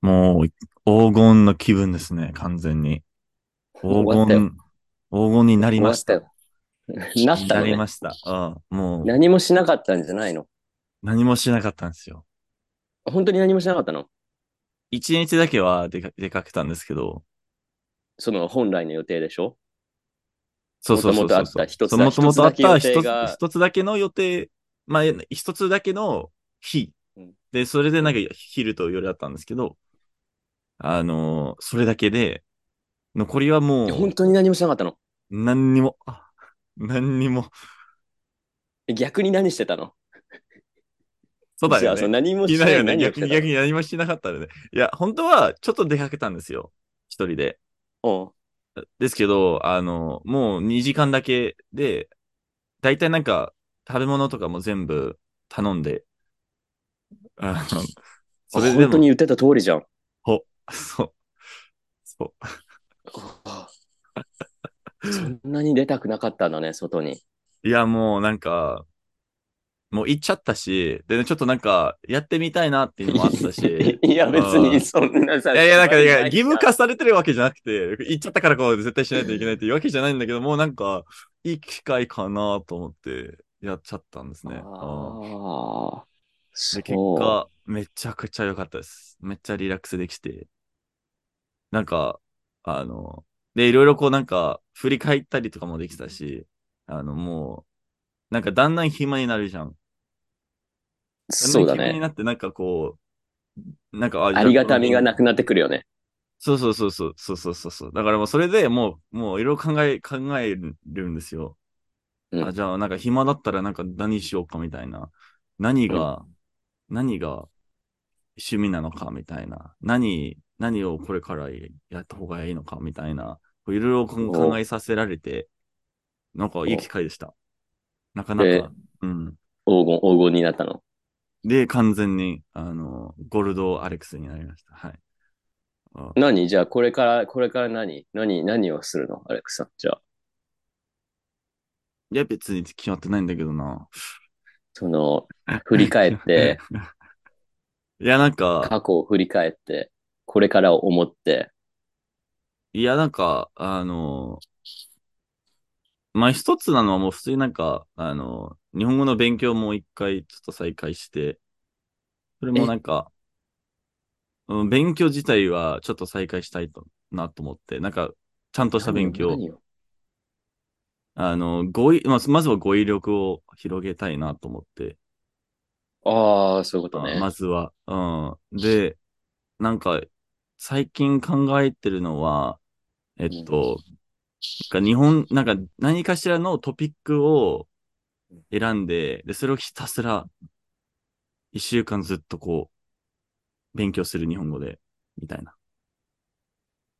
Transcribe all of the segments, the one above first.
もう、黄金の気分ですね、完全に。黄終わったよ金、黄金になりました。終わったよ。なったなの、りね、ました。うん、もう、何もしなかったんじゃないの何もしなかったんですよ。本当に何もしなかったの一日だけは出か出かけたんですけど、その本来の予定でしょそうそうそうそうそう。元々あった一つだそう元々あった一つだけ一つ予定が一つだけの予定、まあ、一つだけの日うん。で、それでなんか昼と夜だったんですけど、あのーそれだけで、残りはもいやう本、当に何もしなかったの何にも、あ何にも、逆に何してたのそうだじゃよあそのね。何も気にしななるよいね。 何を逆してにた逆のに何もしなかったらね。いや、本当はちょっと出かけたんですよ。一人で。おうですけど、あの、もう2時間だけで、だいたいなんか、食べ物とかも全部頼んで、あ の、それで本当にも、言ってた通 りじゃん。ほ、そう、そあそんなに出たくなかったんだね、外に。、う。いや、もうなんか、もう行っちゃったし、で、ちょっとなんか、やってみたいなっていうのもあったし いや、別うにんそんなさ。いやいや、なんか、いや、ない義務化されてるわけじゃなくて、言っちゃったからこう、絶対しないといけないっていうわけじゃないんだけど、もうなんか、いい機会かなと思って、やっちゃったんですね。うんああ。そで、う結果、めちゃくちゃ良かったです。めっちゃリラックスできて。なんか、あの、で、いろいろこう、なんか、振り返ったりとかもできたし、あの、もう、なんか、だんだん暇になるじゃん。そうだんん暇にね。なって、なんかこう、なんか、ありがたみがななくなってくるよね。そうそうそうそうそうそうそうそう。だからもうそれでもう、もういろいろ考え、考えるんですよ。うんあじゃあなんか暇だったらなんか何しようかみたいな。何が、何が趣味なのかみたいな。何、何をこれからやった方がいいのかみたいな。こういろいろこうお考えさせられて、なんかいい機会でした。なかなえーか。うん。黄金、黄金になったの。で、完全に、あの、ゴールドアレックスになりました。はい。あ何じゃあ、これから、これから何何、何をするのアレックスさん。じゃあ、いや、別に決まってないんだけどな。その、振り返って、いや、なんか、 過去を振り返って、これからを思って、いや、なんか、あの、まあ、一つなのはもう普通になんか、あの、日本語の勉強も一回ちょっと再開して、それもなんか、うん勉強自体はちょっと再開したいとなと思って、なんか、ちゃんとした勉強、何をあの、語彙、まあまずは語彙力を広げたいなと思って、ああ、そういうことね。まずは。うん。で、なんか、最近考えてるのは、えっと、なんか日本、なんか何かしらのトピックを選んで、で、それをひたすら、一週間ずっとこう、勉強する日本語で、みたいな。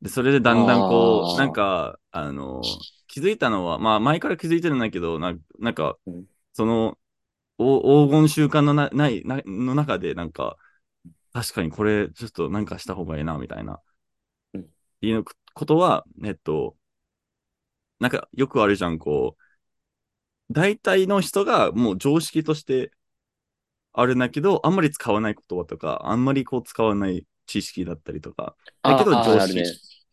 で、それでだんだんこあーう、なんか、あの、気づいたのは、まあ前から気づいてるんだけど、ななんかうん、その、お黄金習慣のなないなの中で、なんか、確かにこれ、ちょっとなんかした方がいいな、みたいな。うんいうことは、えっと、なんかよくあるじゃん、こう、大体の人がもう常識としてあるんだけど、あんまり使わない言葉とか、あんまりこう使わない知識だったりとか。あだけどあ常ある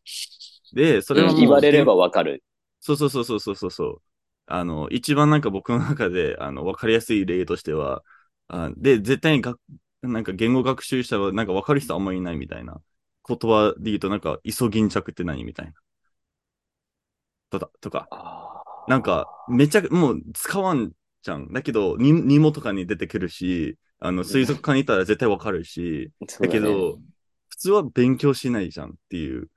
識ね。で、それはうもんう言われればわかる。そうそうそうそうそうそうそう。あの、一番なんか僕の中で、あの、わかりやすい例としては、あで、絶対にが、なんか言語学習者は、なんかわかる人あんまりいないみたいな。言葉で言うと、なんか、イソギンチャクって何みたいな。とか、とか、あーなんか、めちゃく、もう使わんじゃん。だけど、に、にもとかに出てくるし、あの、水族館にいたら絶対わかるし、そうだだけけど、ど、普通は勉強しないじゃんっていう。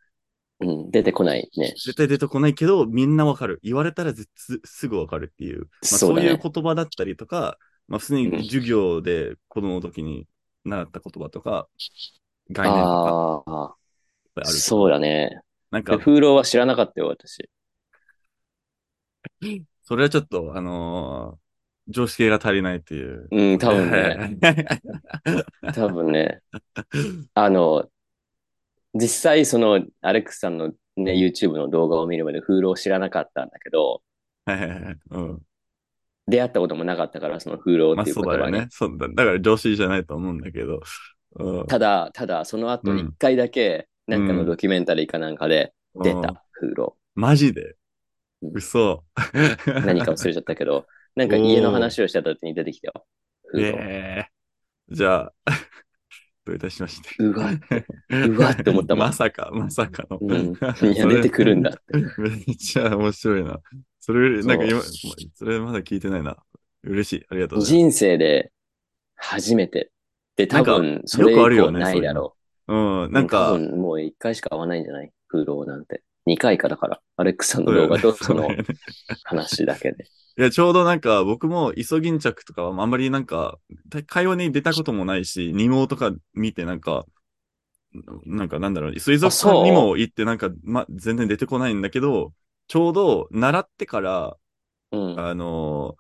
うん、出てこないね。絶対出てこないけど、みんなわかる。言われたらぜすすぐわかるっていう。まあ、そそううだねいう言葉だったりとか、まあ、普通うんに授業で子供の時に習った言葉とか、概念とかああいっぱいー、ある。そうだね。なんか、風浪は知らなかったよ、私。それはちょっと、あのー常識が足りないっていう。うん、多 分ね。多分ね。あの、実際、その、アレックスさんのね、YouTube の動画を見るまで風浪知らなかったんだけど、はいはいはいうん出会ったこともなかったから、その風浪まっあていうそ言うだよ葉に。ね。そうだだから常識じゃないと思うんだけど。うんただ、ただ、その後うん一回だけ、なんかうのんドキュメンタリーかなんかで出うんた、風呂。マジでうん嘘。何か忘れちゃった けど、なんか家の話をした時に出てきたよ。風呂。ええじゃあ、 どういたしまして。うわうわって思ったも んまさか、まさかの。 うんいや、出てくるんだって。それ。めっちゃ面白いな。それ、なんか今、そそれまだ聞いてないな。嬉しい。ありがとうござい人生で初めて。で、多分、それ以よくある降よねないだろます。うん。う。なんか、多分、もう一回しか会わないんじゃない風呂なんて。二回かだから。アレックさんの動画とそ そうだのよね話だけで。いや、ちょうどなんか、僕も、イソギンチャクとかは、あんまりなんか、た会話に出たこともないし、二毛とか見て、なんか、なんかなんだろう、水族館にあそも行って、なんか、ま、全然出てこないんだけど、ちょうど、習ってから、うん。あの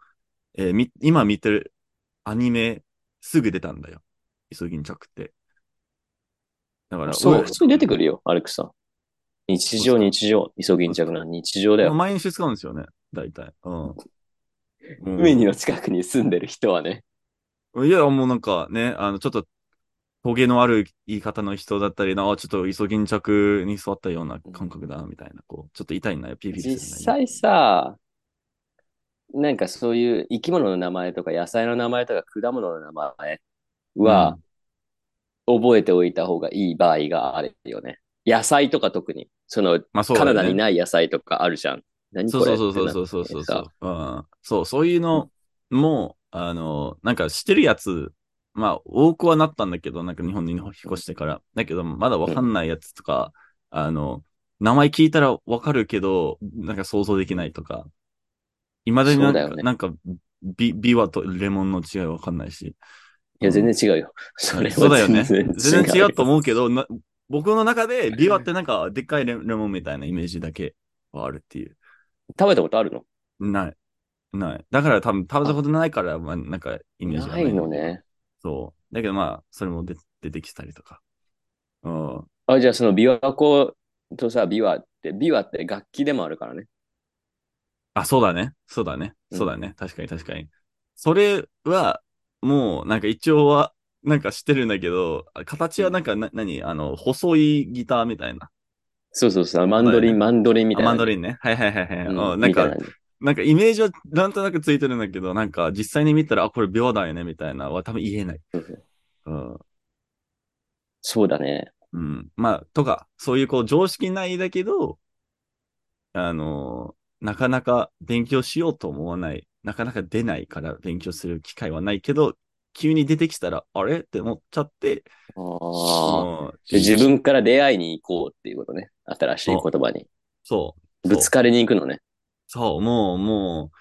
ーえーみ、今見てるアニメ、すぐ出たんだよ。イソギンチャクって。だから、そう、俺普通に出てくるよ、アレックさん。日常、そうっ日常、急ぎんちゃくな日常まだあよ。毎日使うんですよね、大体。うん。うん海の近くに住んでる人はね。いや、もうなんかね、あの、ちょっと、トゲのある言い方の人だったりな、あちょっと、イソギンチャクに座ったような感覚だ、みたいな、こう、ちょっと痛いな、ピリピリ実するな。際さ、なんかそういう生き物の名前とか野菜の名前とか果物の名前は覚えておいた方がいい場合があるよね。野菜とか特に。そのまあそうカだナよダにね。ない野菜とかあるじゃん。何そうこれそうそうそうそうそうそうってなってさ。うん。そう、そういうのも、あの、なんか知ってるやつ、まあ、多くはなったんだけど、なんか日本に引っ越してから。だけど、まだわかんないやつとか、あの、名前聞いたらわかるけど、なんか想像できないとか。いまだになんそうだか、よねなんかビ、ビワとレモンの違いわかんないし。いや、全然違うよ。 それそうだはよね。全然違全う。然違うと思うけど、な僕の中でビワってなんか、でっかいレレモンみたいなイメージだけはあるっていう。食べたことあるのない。ない。だから多分食べたことないから、まあなんかイメージがなない。いのね。そう。だけどまあ、それも出出てきたりとか。うん。あ、じゃあその琵琶湖とさ、琵琶って、琵琶って楽器でもあるからね。あ、そうだね。そうだね。うんそうだね。確かに確かに。それは、もうなんか一応は、なんかしてるんだけど、あ形はなんかな、何あの、細いギターみたいな。そうそうそう、マンドリン、マンドリンみたあいな。マンドリンね。はいはいはいはい。うんうん、なんみたかいな、ねなんかイメージはなんとなくついてるんだけど、なんか実際に見たら、あ、これ秒だよね、みたいなのは多分言えない。そうそううん。そうだね。うん。まあ、とか、そういうこう常識ないだけど、あのーなかなか勉強しようと思わない。なかなか出ないから勉強する機会はないけど、急に出てきたら、あれって思っちゃって、ああ。もうで自分から出会いに行こうっていうことね。新しい言葉に。そう。ぶつかりに行くのね。そう。そう、もう、も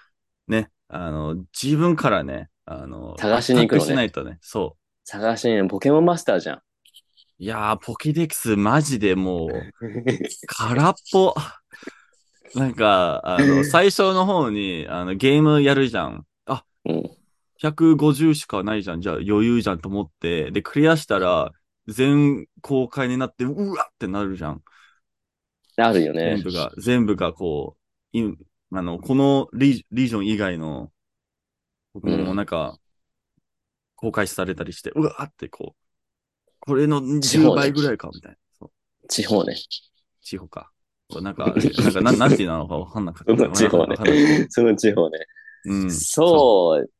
う、ね、あの、自分からね、あの、探しに行くのねアタックしないとね、そう。探しに、ポケモンマスターじゃ ん。いやー、ポケデックスマジでもう、空っぽ。なんか、あの、最初の方に、あの、ゲームやるじゃん。あ、うん150しかないじゃん。じゃあ余裕じゃんと思って。で、クリアしたら、全公開になって、うわってなるじゃん。あるよ全ね。部が、全部がこう、いあの、このリリージョン以外の、僕もなんか、公開されたりして、うわってこう、これの10倍ぐらいか、みたいな。そう地方ね。地方か。なん か、なんか、なんなんていうのかわかんなかそった。の地方ねわかんなかった。。その地方ね。うん。そう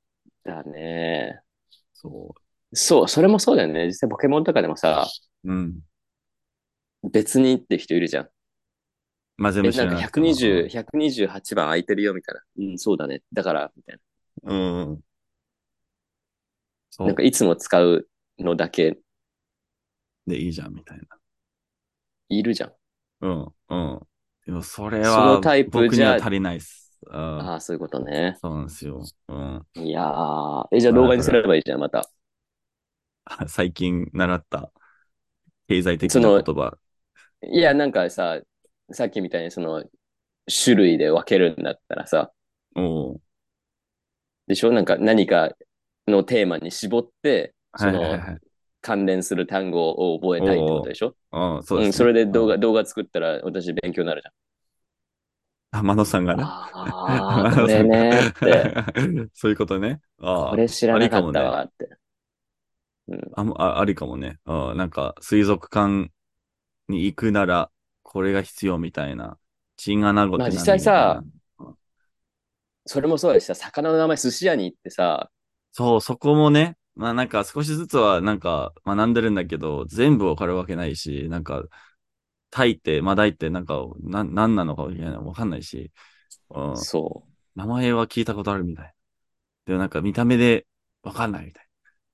だね。そそう、それもそうだよね。実際ポケモンとかでもさ、う。うん。別にって人いるじゃん。まあ、全え、部知ならんかない。 120、128番空いてるよ、みたいな。うん、そうだね。だから、みたいうん。な。そなうんか。いつも使うのだけで、いいじゃん、みたいな。いるじゃん。うん。うん。でも、それそはのタイ、プ僕にじゃは足りないっす。うんあ。あ、そういうことね。そうなんですよ。うん。 いやー。え、じゃあ動画にすればいいじゃん、また。最近習った経済的そなの言葉。いや、なんかさ、さっきみたいにその、種類で分けるんだったらさ、おうでしょなんか何かのテーマに絞って、はそいはいのはい。関連する単語を覚えたいってことでしょうん、そううです、ね。ん、それで動う画、ん。動画作ったら私勉強になるじゃん。あ、マノさんがね。あ あ、これねーって。って。そういうことね。ああこれ知らなかったわって。うん。あもあありかもね。うんなんか、水族館に行くなら、これが必要みたいな。チンアナゴってまあ何実際さみたいな、それもそうだしさ、魚の名前寿司屋に行ってさ、そう、そこもね、まあなんか少しずつはなんか学んでるんだけど、全部わかるわけないし、なんか、タイって、マダイってなんか、な、なんなのかみたいなわかんないし、うん、そ名前は聞いたことあるみたいな。でもなんか見た目でわかんないみたい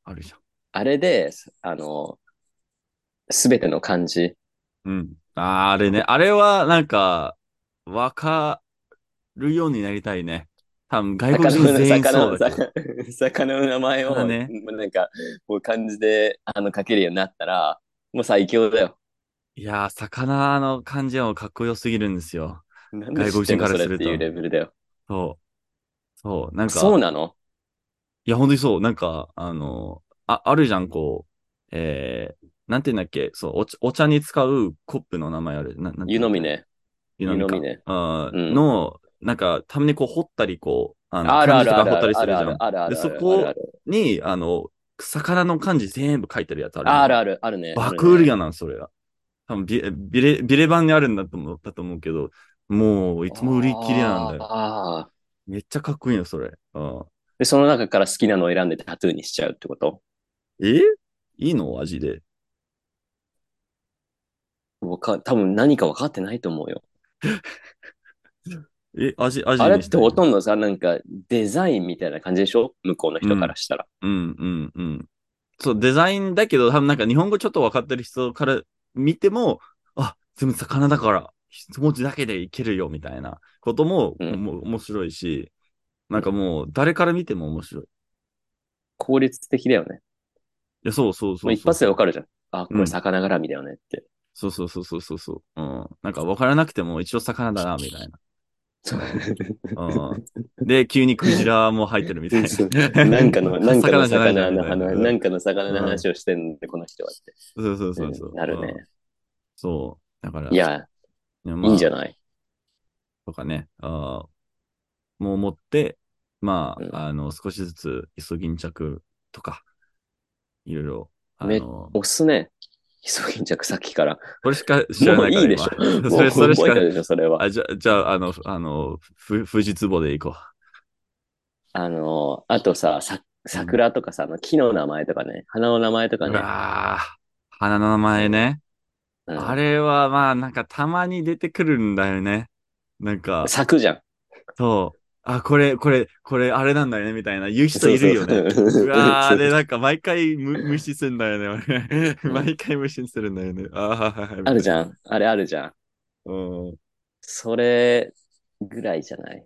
な。あるじゃん。う。あれで、あの、すべての漢字。うん。あーあれね。あれは、なんか、わかるようになりたいね。多分、外国魚人の全員そうだけど。魚の 魚の名前そうだを、ねなんか、こう漢字であの書けるようになったら、もう最強だよ。いやー、魚の漢字はもうかっこよすぎるんですよ。なんで外知国っ人てんのからそれするっとていうレベルだよ。そう。そう。なんか、そうなのいや、本当にそう。なんか、あの、あ、あるじゃん、こう、えー、なんて言うんだっけ、そう、お茶、お茶に使うコップの名前ある。な、なんて湯言うんだっ飲みけ。ね。湯飲みか。湯飲みねあーうんの、なんか、たまにこう、掘ったり、こう、あの、あるある漢あ字とか掘っるあたりるすあるじゃるあんる。あるあるでそこあるあるに、あの、魚の漢字全部書いてるやつある。あるあるあるね。バク売りあやなん、それは。多分ビビレ、ビレ版にあるんだと思ったと思うけど、もう、いるねつも売り切れなんだよ。ああ。めっちゃかっこいいよ、それ。うん、で、その中から好きなのを選んでタトゥーにしちゃうってことえいいの味で。わか、多分何か分かってないと思うよ。え、味、味あれにっしてたいほとんどさ、なんかデザインみたいな感じでしょ向こうの人からしたら。うん、うん、うん。そう、デザインだけど、多分なんか日本語ちょっと分かってる人から見ても、あ、全部魚だから、一文字だけでいけるよ、みたいなことも、うんも面白いし、なんかもう、誰から見ても面白い。い効率的だよね。や、そうそうそうそう。もう一発で分かるじゃん。あ、こうれん魚絡みだよねって。そうそうそうそうそうそう。うん。なんか分からなくても一応魚だな、みたいな。 うん。で、急にクジラも入ってるみたいそうな。 なん かの、なんかのじゃないじゃ魚んのみたいな話、なんかの魚の話をしてるんで、この人はって。そうそうそうそうう。んなるねうん。そう。だから、いや、やいまあいんじゃないとかね、あーもう思って、まあ、うんあの、少しずつ、イソギンチャクとか、いろいろ、あめの、おすね。イソギンチャクさっきから。これしか知らないからもういいでしょ今 もそれ、うそれし覚えかて、るでしょ、それは。あ、じゃ、じゃあ、あの、あの、ふ、富士壺で行こあのー、あとさ、さ、桜とかさ、あの木の名前とかね、花の名前とう。かうね。わー花の名前ね。うんあれは、まあ、なんか、たまに出てくるんだよね。なん か、咲くじゃん。そう。あ、これ、これ、これ、あれなんだよね、みたいな。言う人いるよね。そうそううわー、で、 そうなんか毎回無無視すんだよね、俺。毎回無視するんだよね。あーはいはいはい。あるじん。ゃん。あれあるじゃん。うん。それぐらいじゃない。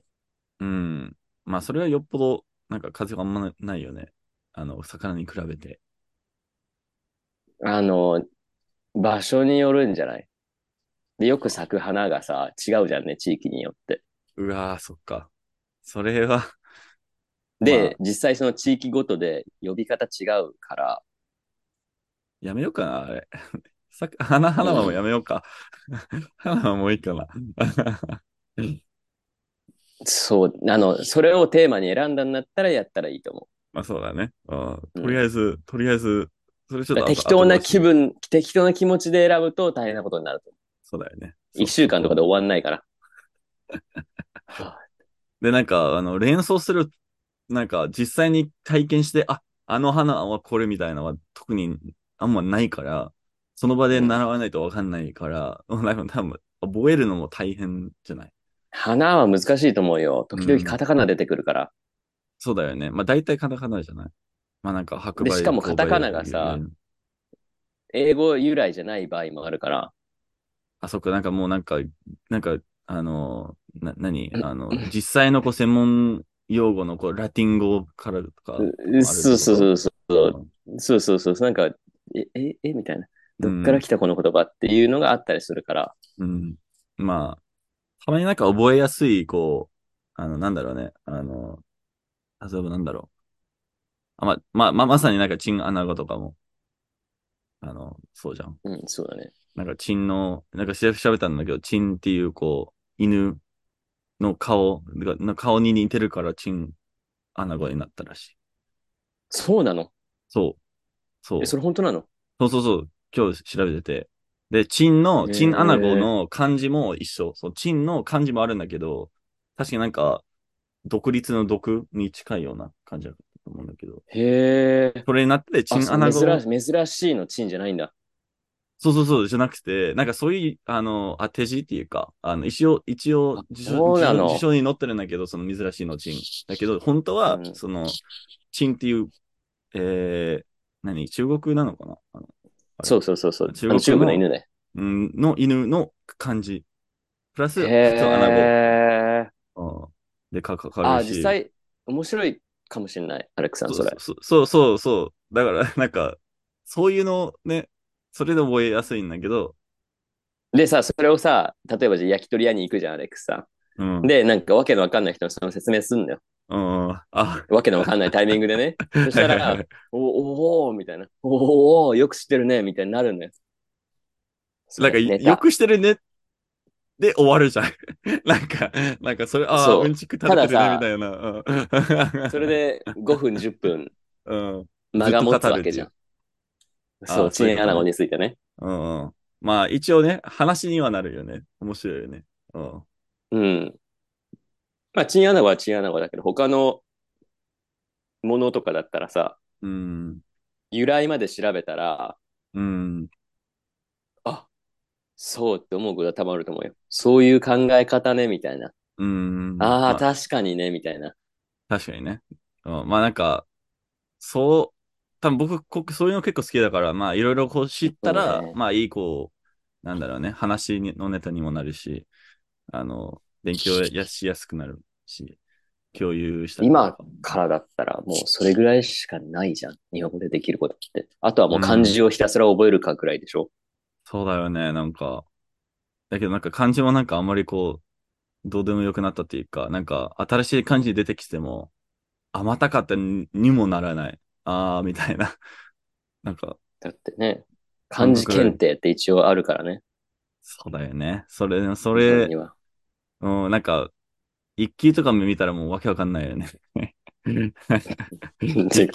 うん。まあ、それはよっぽど、なんか風があんまないよね。あの、魚に比べて。あのー、場所によるんじゃないで、よく咲く花がさ、違うじゃんね、地域によって。うわー、そっか。それは、まあで、実際その地域ごとで呼び方違うから、やめようかな、あれ。 さっき花、花はもうやめようか。 花はもういいかな。 そう、あの、それをテーマに選んだんだったらやったらいいと思う。まあ、そうだね。うんうんとりあえず、とりあえず、それちょっと後適当な後回し気分、適当な気持ちで選ぶと大変なことになると思そうだよね。う。1週間とかで終わんないから。で、なんか、あの、連想する、なんか、実際に体験して、あ、あの花はこれみたいなのは特にあんまないから、その場で習わないとわかんないから、 なんか多分、覚えるのも大変じゃない。花は難しいと思うよ。時うん々カタカナ出てくるから。そうだよね。まあ、大体カタカナじゃない。まあ、なんか、白で馬しかもカタカナがさうん英語由来じゃない場合もあるから。あ、そっか、なんかもうなんか、なんか、あの、な、何あの、実際のこう、専門用語のこう、ラティン語からとか、うそうそうそうそう。うそうそうそう。なんか、え、え、え、みたいな。どんっから来たこの言葉っていうのがあったりするから。うん。まあ、たまになんか覚えやすい、こう、あの、なんだろうね。あの、例えばなんだろう。あま、ま、ま、まさになんかチンアナゴとかも、あの、そうじゃん。うん、そうだね。なんかチンの、なんか調べ調べたんだけど、チンっていう、こう、犬の顔が、の顔に似てるからチンアナゴになったらしい。そうなのそう。そう。え、それ本当なのそうそうそう。今日調べてて。で、チンの、へーチンアナゴの漢字も一緒。そう、チンの漢字もあるんだけど、確かになんか、独立の毒に近いような感じだったと思うんだけど。へえ。それになってて、チあンそアナうゴ。珍し珍しいのチンじゃないんだ。そうそうそう、じゃなくて、なんかそういう、あの、当て字っていうか、あの、一応、一応あ辞そ書、う辞な書の辞書に載ってるんだけど、その珍しいのチン。だけど、本当は、うんその、チンっていう、えー、何中国なのかなあのあれそうそうそうそう。中中国の国中国の犬ね。うん、の犬の漢字。プラス、普通のアへえ。ナゴ。うんで、かかかあ、るし。実際、面白いかもしれない、アレックさん、それ。そうそうそうそう。だから、 なんか、そういうのね、それで覚えやすいんだけど、でさ、それをさ、例えばじゃあ焼き鳥屋に行くじゃん、アレックスさうん。ん。で、なんかわけのわかんない人にその説明すんのよ。うん、あ、わけのわかんないタイミング でね。そしたはいはいはらい、おおおーみたいな。おおおーよく知ってるね、みたいになるのよ。なんか、そうネタよくしてるね。で、終わるじゃん。 なんか、なんか、それ、ああ、そううんちく食べてるね、みたたいな。うん それ、で5分、10分、 うん。間が持つわけじゃん。ずっと語るっていうそあう、そうチいうことねンアナゴについてね。うんうん。まあ、一応ね、話にはなるよね。面白いよね。うん。うん。まあ、チンアナゴはチンアナゴだけど、他のものとかだったらさ、うん。由来まで調べたら、うん。あそうって思うことは多分あると思うよ。そういう考え方ね、みたいな。うん。あまあ、確かにね、みたいな。確かにね。うん、まあなんか、そう、多分僕、こそういうの結構好きだから、まあいろいろこう知ったら、そうねまあいいこう、なんだろうね、話にのネタにもなるし、あの、勉強やしやすくなるし、共有したりと今かからだったら、もうそれぐらいしかないじゃん。日本語でできることって。あとはもう漢字をひたすら覚えるかぐらいでしょ。そうだよね、なんか。だけどなんか漢字もなんかあんまりこう、どうでもよくなったっていうか、なんか新しい漢字出てきても、あまたかったにもならない。あー、みたいな。 なんか、だってね、漢字検定って一応あるからね。そうだよね。それ、そ日本れに、はうん、なんか、一級とか見たらもうわけわかんないよね。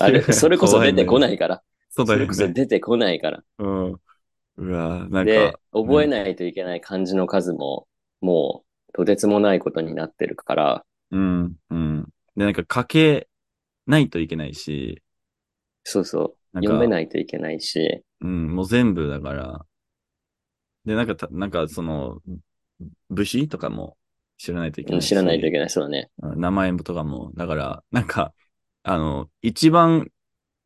あれそれこそ出てこないから。そうだそよれこそね。出てこないから。うん。うわなんでか、、覚えないといけない漢字の数も、もう、とてつもないことになってるから、うん、うん。で、なんか、書けないといけないし、そうそう、なんか読めないといけないし、うん、もう全部だから。で、なんかた、なんか、その、武士とかも知らないといけないし。知らないといけない、そうだね。うん名前とかも。だから、 なんか、あの、一番、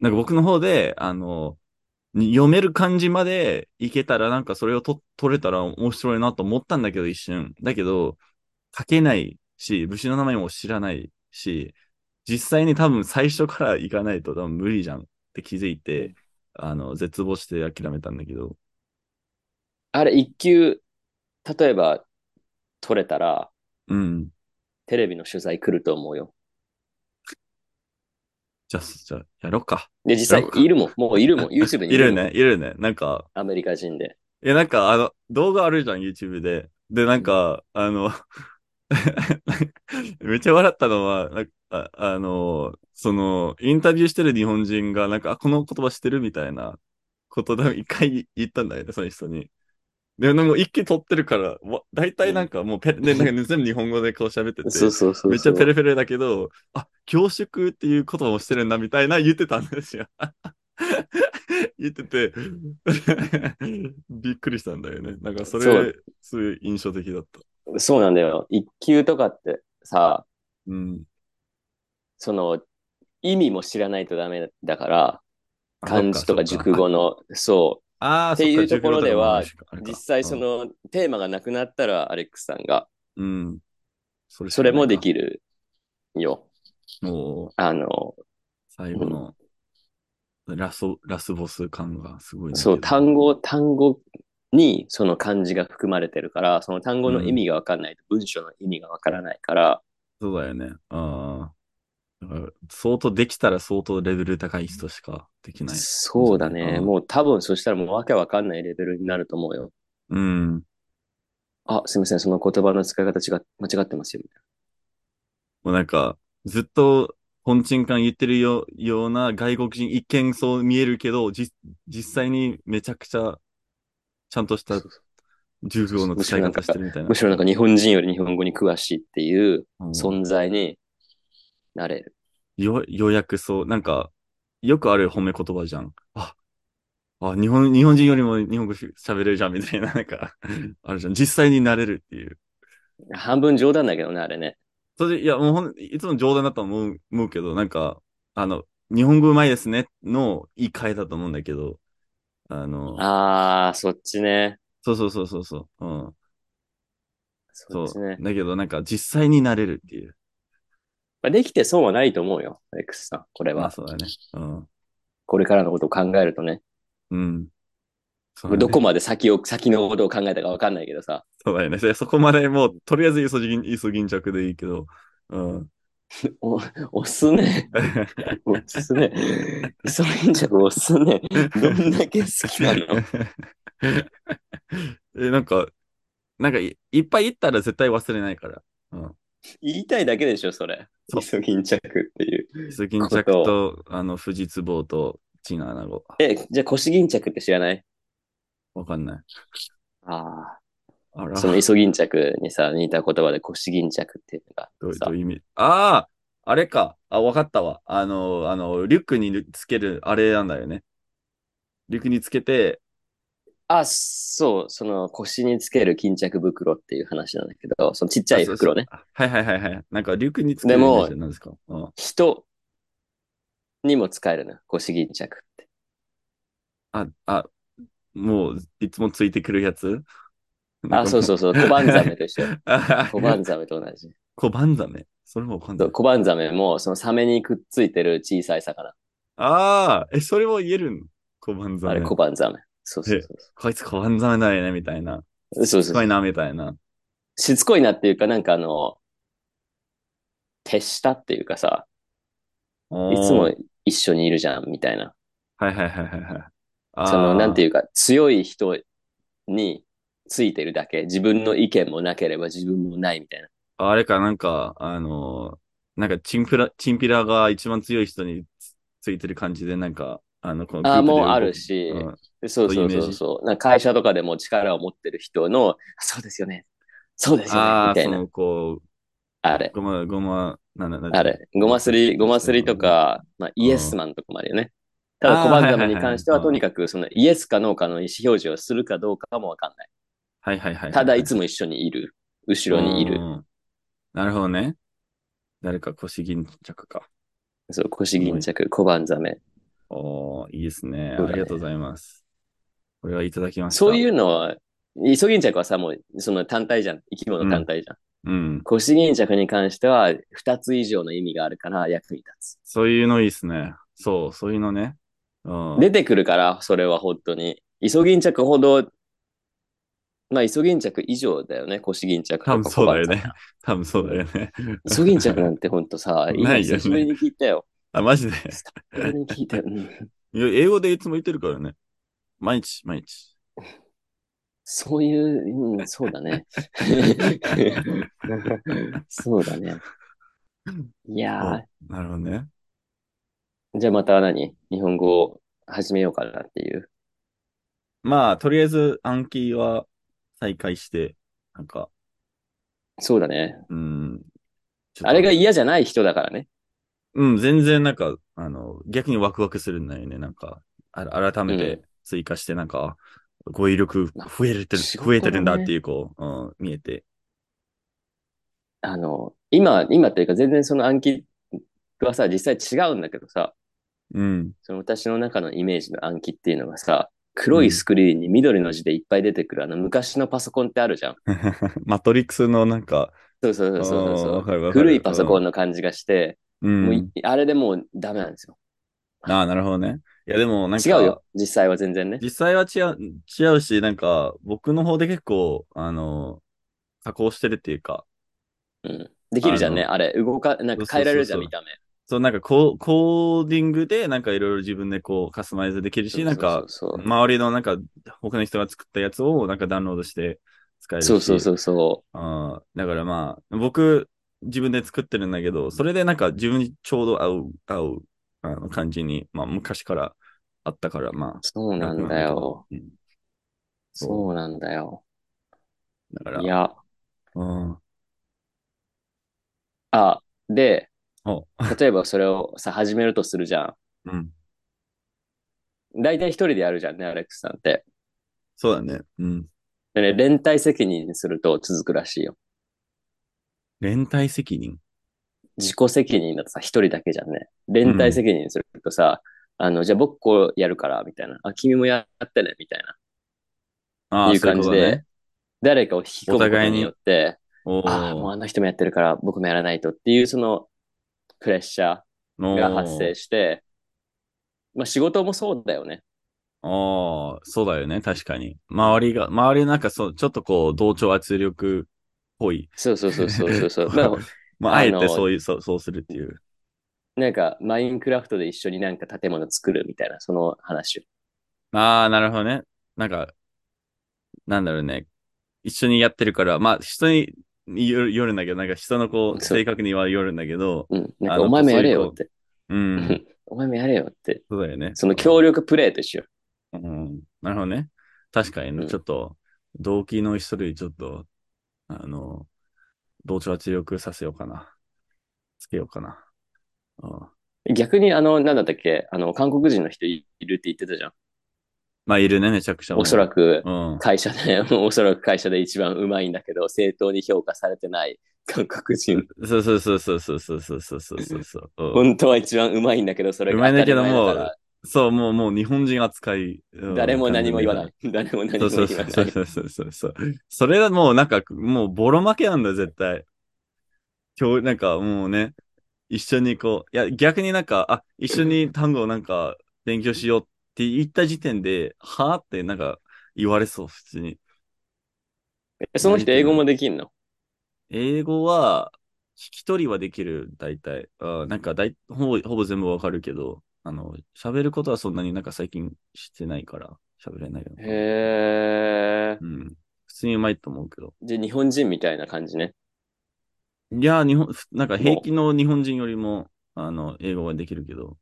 なんか僕の方で、あの、読める漢字までいけたら、なんかそれをと取れたら面白いなと思ったんだけど、一瞬。だけど、書けないし、武士の名前も知らないし、実際に多分最初から行かないと多分無理じゃんって気づいて、あの、絶望して諦めたんだけど。あれ、一級、例えば、取れたら、うん。テレビの取材来ると思うよ。じゃあ、じゃあ、やろうか。で、実そうか際、いるもん、もう いるもん、YouTube にいいるるもんね、いるね。なんか、アメリカ人で。いや、なんか、あの、動画あるじゃん、YouTube で。で、なんか、あの、 めっちゃ笑ったのは、なんかああの、その、インタビューしてる日本人が、なんか、あ、この言葉してるみたいなことで、一回言ったんだよね、その人に。で、でも一気取ってるから、わ大体なんかもうペレ、でなんか全部日本語でこう喋 ってて、そうそうそうそう。めっちゃペレペレだけど、あ、恐縮っていう言葉をしてるんだみたいな言ってたんですよ。 言ってて、 びっくりしたんだよね。なんかそれ、そうすごい印象的だった。そうなんだよ。一級とかってさ、うん。その、意味も知らないとダメだから、あ漢字とか熟。語の、そう、あっていうところでは、そっか熟語とかもあるしあれか実際そ、のテーマがなくなったらアレックスさんがうん。うんそれしかそれもでないきるよ。か。もう、あの、最後の、ラス、ラスボス感がすごいんだけど。そう、単語、単語にその漢字が含まれてるから、その単語の意味がわかんないと文章の意味がわからないから、そうだよね。ああ。だから相当できたら相当レベル高い人しかできない。そうだね、うんもう多分そしたらもうわけわかんないレベルになると思うよ。うん。あ、すみません、その言葉の使い方違っ間違ってますよ。もうなんか、ずっとトンチンカン言ってるよような外国人、一見そう見えるけど、じ実際にめちゃくちゃ、ちゃんとした重量の使い方してるみたいなむ。しろなんか日本人より日本語に詳しいっていううん存在になれる。よ、ようやくそう、なんか、よくある褒め言葉じゃん。あ、あ、日本、日本人よりも日本語し喋れるじゃん、みたいな、なんか、あるじゃん。実際になれるっていう。半分冗談だけどね、あれね。それで、いや、もうほん、いつも冗談だと思う、思うけど、なんか、あの、日本語うまいですね、の言い換えだと思うんだけど、あの、ああ、そっちね。そうそうそうそうそう、うん、そそっちうね。。だけど、なんか、実際になれるっていう。まあ、できて損はないと思うよ、X さん。これまあ、は。そうだね。うん。これからのことを考えるとね。うん。そうだねどこまで先を、先のことを考えたかわかんないけどさ。そうだよね。そそこまでもう、とりあえず急ぎん、急ぎん着でいいけど、うん。お、おすね。おす ね。イソギンチャクおすね。どんだけ好きなの え、なんか、なんかい、いっぱい行ったら絶対忘れないから。うん。言いたいだけでしょ、それ。そうイソギンチャクっていう。水銀着と、あの、富士壺と、チンアナゴ。え、じゃあ腰銀着って知らないわかんない。ああら、あ。そどのうイソギンチャクにさ、似た言葉で腰銀着っていうのがどさういう意味ああ、あれか。あ、わかったわ。あの、あの、リュックにつける、あれなんだよね。リュックにつけて、あ、そう、その腰につける巾着袋っていう話なんだけど、そのちっちゃいあそうそう袋ね。はいはいはいはい。なんか、リュックにつけるでイメもージなんですかうん。人にも使えるな、腰巾着って。あ、あ、もう、いつもついてくるやつあ、そ うそうそう、小判ザメと一緒。あ小判ザメと同じ。小判ザメ。それもわかんなそ。いう小判ザメも、そのサメにくっついてる小さい魚。ああ、え、それも言えるの小判ザあメ。れ小判ザメ。そうそうそうこいつ小判ザメだよね、みたいな。そう。そうすそごういな、みたいな。しつこいなっていうか、なんかあの、手下っていうかさ、おーいつも一緒にいるじゃん、みたいな。はいはいはいはいはい。あその、なんていう。いうか、強い人についてるだけ、自分の意見もなければ自分もないみたいな。あれか、なんか、あのーなんか、チンピラ、チンピラが一番強い人につついてる感じで、なんか、あの、このあーグループでもう動くあるしうんでそうそそいうううイメそージうそう。なんか会社とかでも力を持ってる人の、そうですよね。そうですよね。あみあ、たいそな。の、こあれう、。ごま、ごま、なんだ、なんだあれ。ごますり、ごますりとか、まあ、イエスマンとかもあるよね。ただ、あー小判玉に関しては、はいはといはにいかく、その、イエスかノーかの意思表示をするかどうかもわかんない。はいはいはいはい。ただ、いつも一緒にいる。後ろにいるう。ん。なるほどね。誰か腰巾着か。そう、腰巾着、小判ザメ。おー、いいですね。そうあだねりがとうございます。これはいただきました。。そういううのは、イソギンチャクはさ、もうその単体じゃん。生き物単体じゃん。うん。コシギンチャクに関しては、二つ以上の意味があるから役に立そういうのいいですね。そう、そういうのね。うん。つ。出てくるから、それは本当に。イソギンチャクほど、まあ、イソギンチャク以上だよね、コシギンチャクと多か。分そうだよね。 多分そうだよね。、イソギンチャクなんて本当さ ないよね今久しぶりに聞いたよ。あ、マジで。久しぶりに聞いたよ。ういんや英語でいつも言ってるからね。毎日、毎日。そういう、うん、そう だね。そうだね。いやー、なるほどね。じゃあまた何日本語を始めようかなっていう。まあ、とりあえず暗記は再開して、なんか、そうだね。うん。ちょっとあれが嫌じゃない人だからね。うん、全然なんか、あの、逆にワクワクするんだよね。なんか、あ改めうて追加して、なんか、語彙力増えてる、仕事増えてるんだだねっていう、こう、うん、見えて。あの、今、今というか全然その暗記はさ、実際違うんだけどさ、うん。 その私の中のイメージの暗記っていうのがさ、黒いスクリーンに緑の字でいっぱい出てくる、あの昔のパソコンってあるじゃん。マトリックスのなんか、そうそうそうそうあーそわう。かるわかる古いパソコンの感じがして、うもうんい。あれでもうダメなんですよ。ああ、なるほどね。いや、でもなんか、違うよ。実際は全然ね。実際は違う、違うし、なんか、僕の方で結構、あの、加工してるっていうか、うん。できるじゃんね。あれ、動か、なんか変えられるじゃん、そう見そた目。そう、なんかこう、コーディングで、なんかいろいろ自分でこう、カスタマイズできるし、なんか、そうそうそう周りのなんか、他の人が作ったやつをなんかダウンロードして使えるし。そうそうそうそう。あーだからまあ、僕、自分で作ってるんだけど、それでなんか自分にちょうど合う、合う、あの感じに、まあ昔からあったから、まそうあ。なんだよ。。うん、そうそうなんだよ。だから、いや、うん。あ、で、お例えばそれをさ、始めるとするじゃうん。ん。大体一人でやるじゃんね、アレックスさんって。そうだね。うん。でね、連帯責任にすると続くらしいよ。連帯責任。自己責任だとさ、一人だけじゃんね。連帯責任にするとさ、あの、じゃあ僕こうやるから、みたいな。あ、君もやってね、みたいな。ああ、いう感じでそういう誰かを引き込むことによって、ことね、おああ、もうーあの人もやってるから僕もやらないとっていうそのプレッシャーが発生して、まあ仕事もそうだよね。おーあー、そうだよね。確かに。周りが、周りなんかそう、ちょっとこう、同調圧力っぽい。そうそうそうそうそう そう。まあまあ、あえあてのそういう、そう、そうするっていう。なんかマインクラフトで一緒になんか建物作るみたいな、その話を。ああ、なるほどね。なんか、なんだろうね。一緒にやってるから、まあ、人によるよるんだけど、なんか人のこう、そう性格にはよるんだけど、うん。なあんのかお前もやれよって。 うん、お前もやれよって。そうだよね。その協力プレイと一緒。うん、なるほどね。確かにね、うんちょっと、動機の一人、ちょっと、あの、同調圧力させようかな。つけようかな。うん、逆にあの、なんだったっけあの、韓国人の人いるって言ってたじゃん。まあ、いるね、めちゃくちゃ。おそらく。くうん。会社で、もうおそらく会社で一番うまいんだけど、正当に評価されてない韓国人そうそうそうそうそうそうそうそうそうそう。うん本当は一番うまいんだけど、それが当たり前だうまいんかだら、そう、もう、もう日本人扱い。うん誰も何も言わない。。誰も何そもう言そうわそうない。そうそうそうそう。それはもうなんか、もうボロ負けなんだよ、絶対。今日、なんかもうね、一緒にこう、いや、逆になんか、あ、一緒に単語をなんか勉強しようって言った時点で、はぁってなんか言われそう、普通に。えその人英語もできんの英語は、聞き取りはできる、大体。あなんか大、ほぼ、ほぼ全部わかるけど、あの、喋ることはそんなになんか最近してないから、喋れないよ。へえ。うん。普通にうまいと思うけど。じゃあ日本人みたいな感じね。いや、日本、ふなんか平気の日本人よりも、あの、英語ができるけど、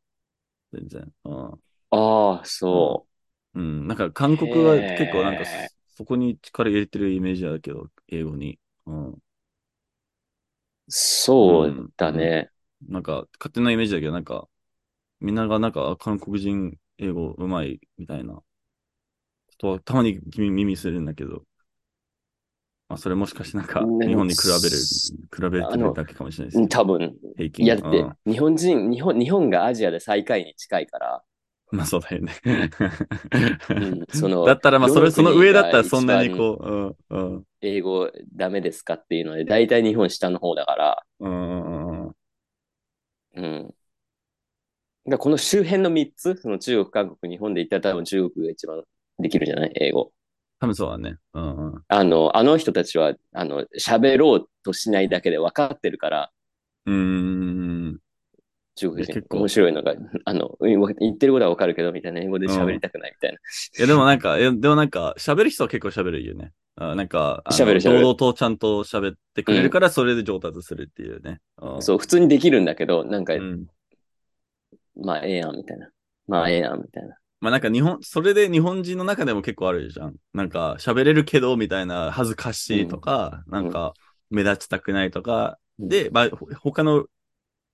全然。うん。ああ、そうん、なんか韓国はへー結構なんかそ、そこに力入れてるイメージだけど、英語に。うん。う。そうだね。なんか、勝手なイメージだけど、なんか、みんながなんか、あ韓国人英語うまいみたいなことはたまに耳耳するんだけど、まあ、それもしかしてなんか、ね日本に比べる、す比べてるだけかもしれないですうんけど、多分。平均。いや、だっうてん、日本人、日本、日本がアジアで最下位に近いから、まあそうだよね。うんそのだったらまあそれ、どの国その上だったらがそんなにこう、うん、うん、英語ダメですかっていうので、大体日本下の方だから、うんうん、うん。うん。だからこの周辺の3つ、その中国、韓国、日本で言ったら多分中国が一番できるんじゃない英語。多分そうだね。うん、うん。あの、あの人たちは、あの、喋ろうとしないだけで分かってるから、うーん。中国いや人結、構面白いのが、 あの、うん言ってることは分かるけど、みたいな英語で喋りたくないみたいな。いや、でもなんか、いやでもなんか、喋る人は結構喋るよね。あなんか、あの喋る喋る堂々とちゃんと喋ってくれるから、それで上達するっていうね。うん、そう、普通にできるんだけど、なんか、うん。まあ、ええやん、みたいな。まあ、ええやん、みたいな。まあなんか日本、それで日本人の中でも結構あるじゃん。なんか喋れるけどみたいな恥ずかしいとか、なんか目立ちたくないとか、うんで、まあほ他の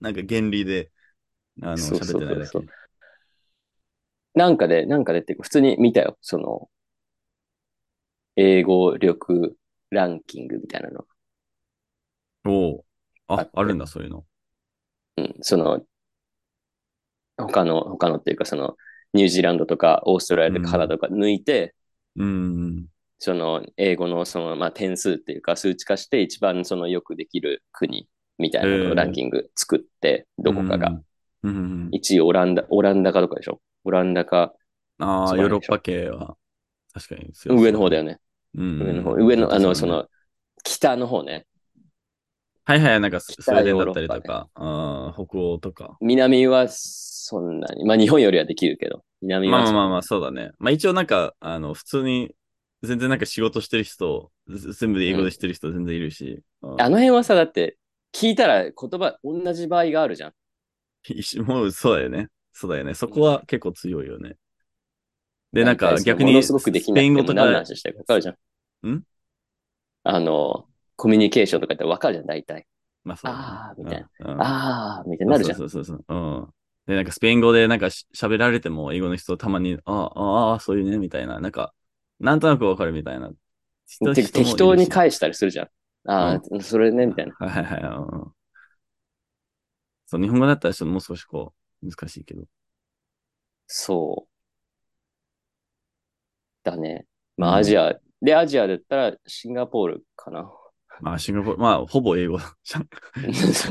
なんか原理で、あの、そうそ喋うってないだけそう。なんかで、なんかでっていうか、普通に見たよ。その、英語力ランキングみたいなの。おうあっあて、あるんだ、そういうの。うん、その、他の、他のっていうか、その、ニュージーランドとか、オーストラリアとうんか、カナダとか抜いて、うん。その、英語のその、まあ、点数っていうか、数値化して一番そのよくできる国みたいなのええをランキング作って、どこかが。うん。うん。 1位オランダ、オランダかとかでしょオランダか、あそあ、うヨなんでーしょロッパ系は、確かに強そう上の方だよね。うん。上の方、上の、あの、そそうだね、の、北の方ね。はいはい、なんかススウ北ェーデンだったりヨーとロッか、あー北欧とか。南はそんなに、まあ日本よりはできるけど、南まあまあはそんなまあまあ、そうだね。まあ一応なんか、あの、普通に、全然なんか仕事してる人、ず全部で英語でしてる人全然いるし。うんあの辺はさ、だって聞いたら言葉、同じ場合があるじゃん。一緒もうそうだよね。そうだよね。そこは結構強いよね。で、なん大か体逆もに、のすごくできスなペインく語てもと何のか、話してるか分かるじゃん。んあの、コミュニケーションとかって分かるじゃん、大体。まあそうだね。あーうみたいなん。うんあー、みたいになるじゃん。そうそうそうそう。うん。で、なんかスペイン語でなんかし喋られても、英語の人たまに、ああ、ああ、そういうね、みたいな、なんか、なんとなくわかるみたいな。人て適当にい返したりするじゃん。ああ、それね、みたいな。。はいはいはい。うんそう、日本語だったらちょっともう少しこう、難しいけど。そう。だね。まあ、アジア。で、アジアだったら、シンガポール かな。まあ、シンガポール、まあ、ほぼ英語 じゃん。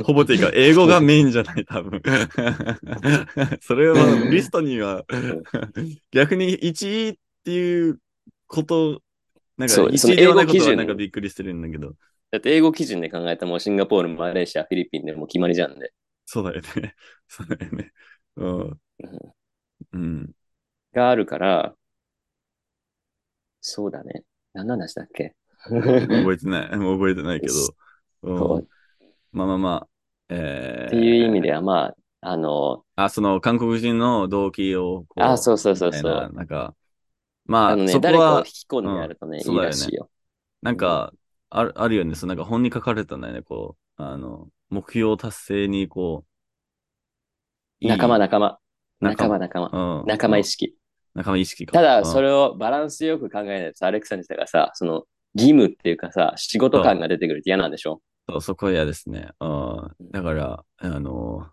ほぼっていうか、英語がメインじゃない、多 分。それは、リストには、逆に1位っていうこと、なんかそう1その位ではない英語こと基は準なんかびっくりしてるんだけど、だって、英語基準で考えたら、もうシンガポール、マレーシア、フィリピンでもう決まりじゃんで。そうだよね。 そうだよね。うん。うん。があるから、そうだね。何の話だっけ覚えてない。もう覚えてないけど。、そううんまあまあまあ。えー、っていう意味では、まあ、あの、あ、その韓国人の動機をこう、あ、そうそうそうみたいそな、う。なんか、まあ、あのね、そこ誰かをは引、き込んでやるとね、うんいいらしいよ。なんか、ある、あるよね。そう、なんか本に書かれたんだよね。こう、あの、目標達成に、こう、いい仲間、仲間。仲間仲間、仲間。うん。仲間意識。仲間意識か。ただ、それ、れをバランスよく考えないと、アレクサにしたらさ、その、義務っていうかさ、仕事感が出てくるって嫌なんでしょそうそこは嫌ですね。うん。だから、あの、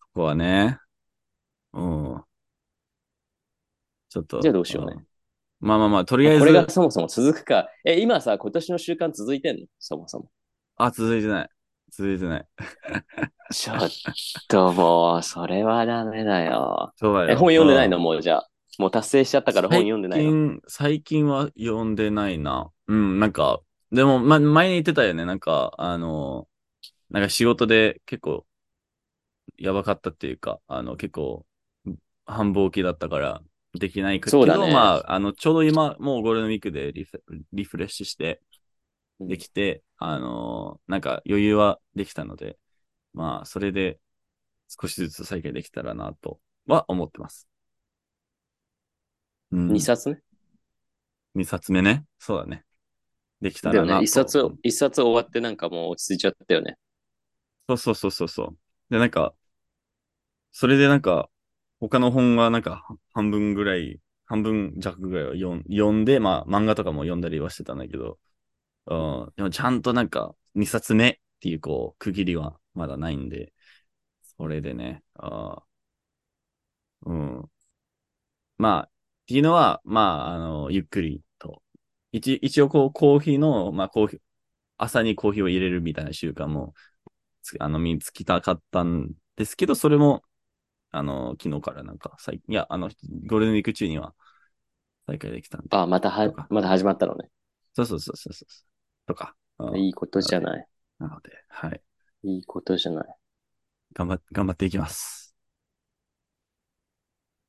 そこはね、うん。ちょっと。じゃあどうしようねんまあまあまあ、とりあえこずれ、がそもそも続くか。え、今さ、今年の習慣続いてんのそもそも。あ、続いてない。続いてない。ちょっともう、それはダメだよ。そう だよえ、本読んでないうんのもうじゃあ。もう達成しちゃったから本読んでないの。最近、最近は読んでないな。うん、なんか、でも、ま、前に言ってたよね。なんか、あの、なんか仕事で結構、やばかったっていうか、あの、結構、繁忙期だったから、できないけど、そうだねまあ、あの、ちょうど今、もうゴールデンウィークでリフレリフレッシュして、うんできて、あのなんか余裕はできたので、まあ、それで、少しずつ再開できたらな、とは思ってます。うん2冊ね。二冊目ね。そうだね。できただらよなね。と。 1冊、一冊終わってなんかもう落ち着いちゃったよね。そうそうそうそうそう。で、なんか、それでなんか、他の本はなんか半分ぐらい、半分弱ぐらいは読ん読んで、まあ漫画とかも読んだりはしてたんだけど、うん、でもちゃんとなんか二冊目っていうこう区切りはまだないんで、それでね、あーうん。まあ、っていうのは、まあ、あの、ゆっくりと。一一応こうコーヒーの、まあコーヒー、朝にコーヒーを入れるみたいな習慣もつあの、見つきたかったんですけど、それも、あの、昨日からなんか、最いや、あの、ゴールデンウィーク中には再開できたんで。あ、またはとか、また始まったのね。そうそうそうそうそう。とか、うんいいことじゃない。なので、はい。いいことじゃない。頑張っ、頑張っていきます。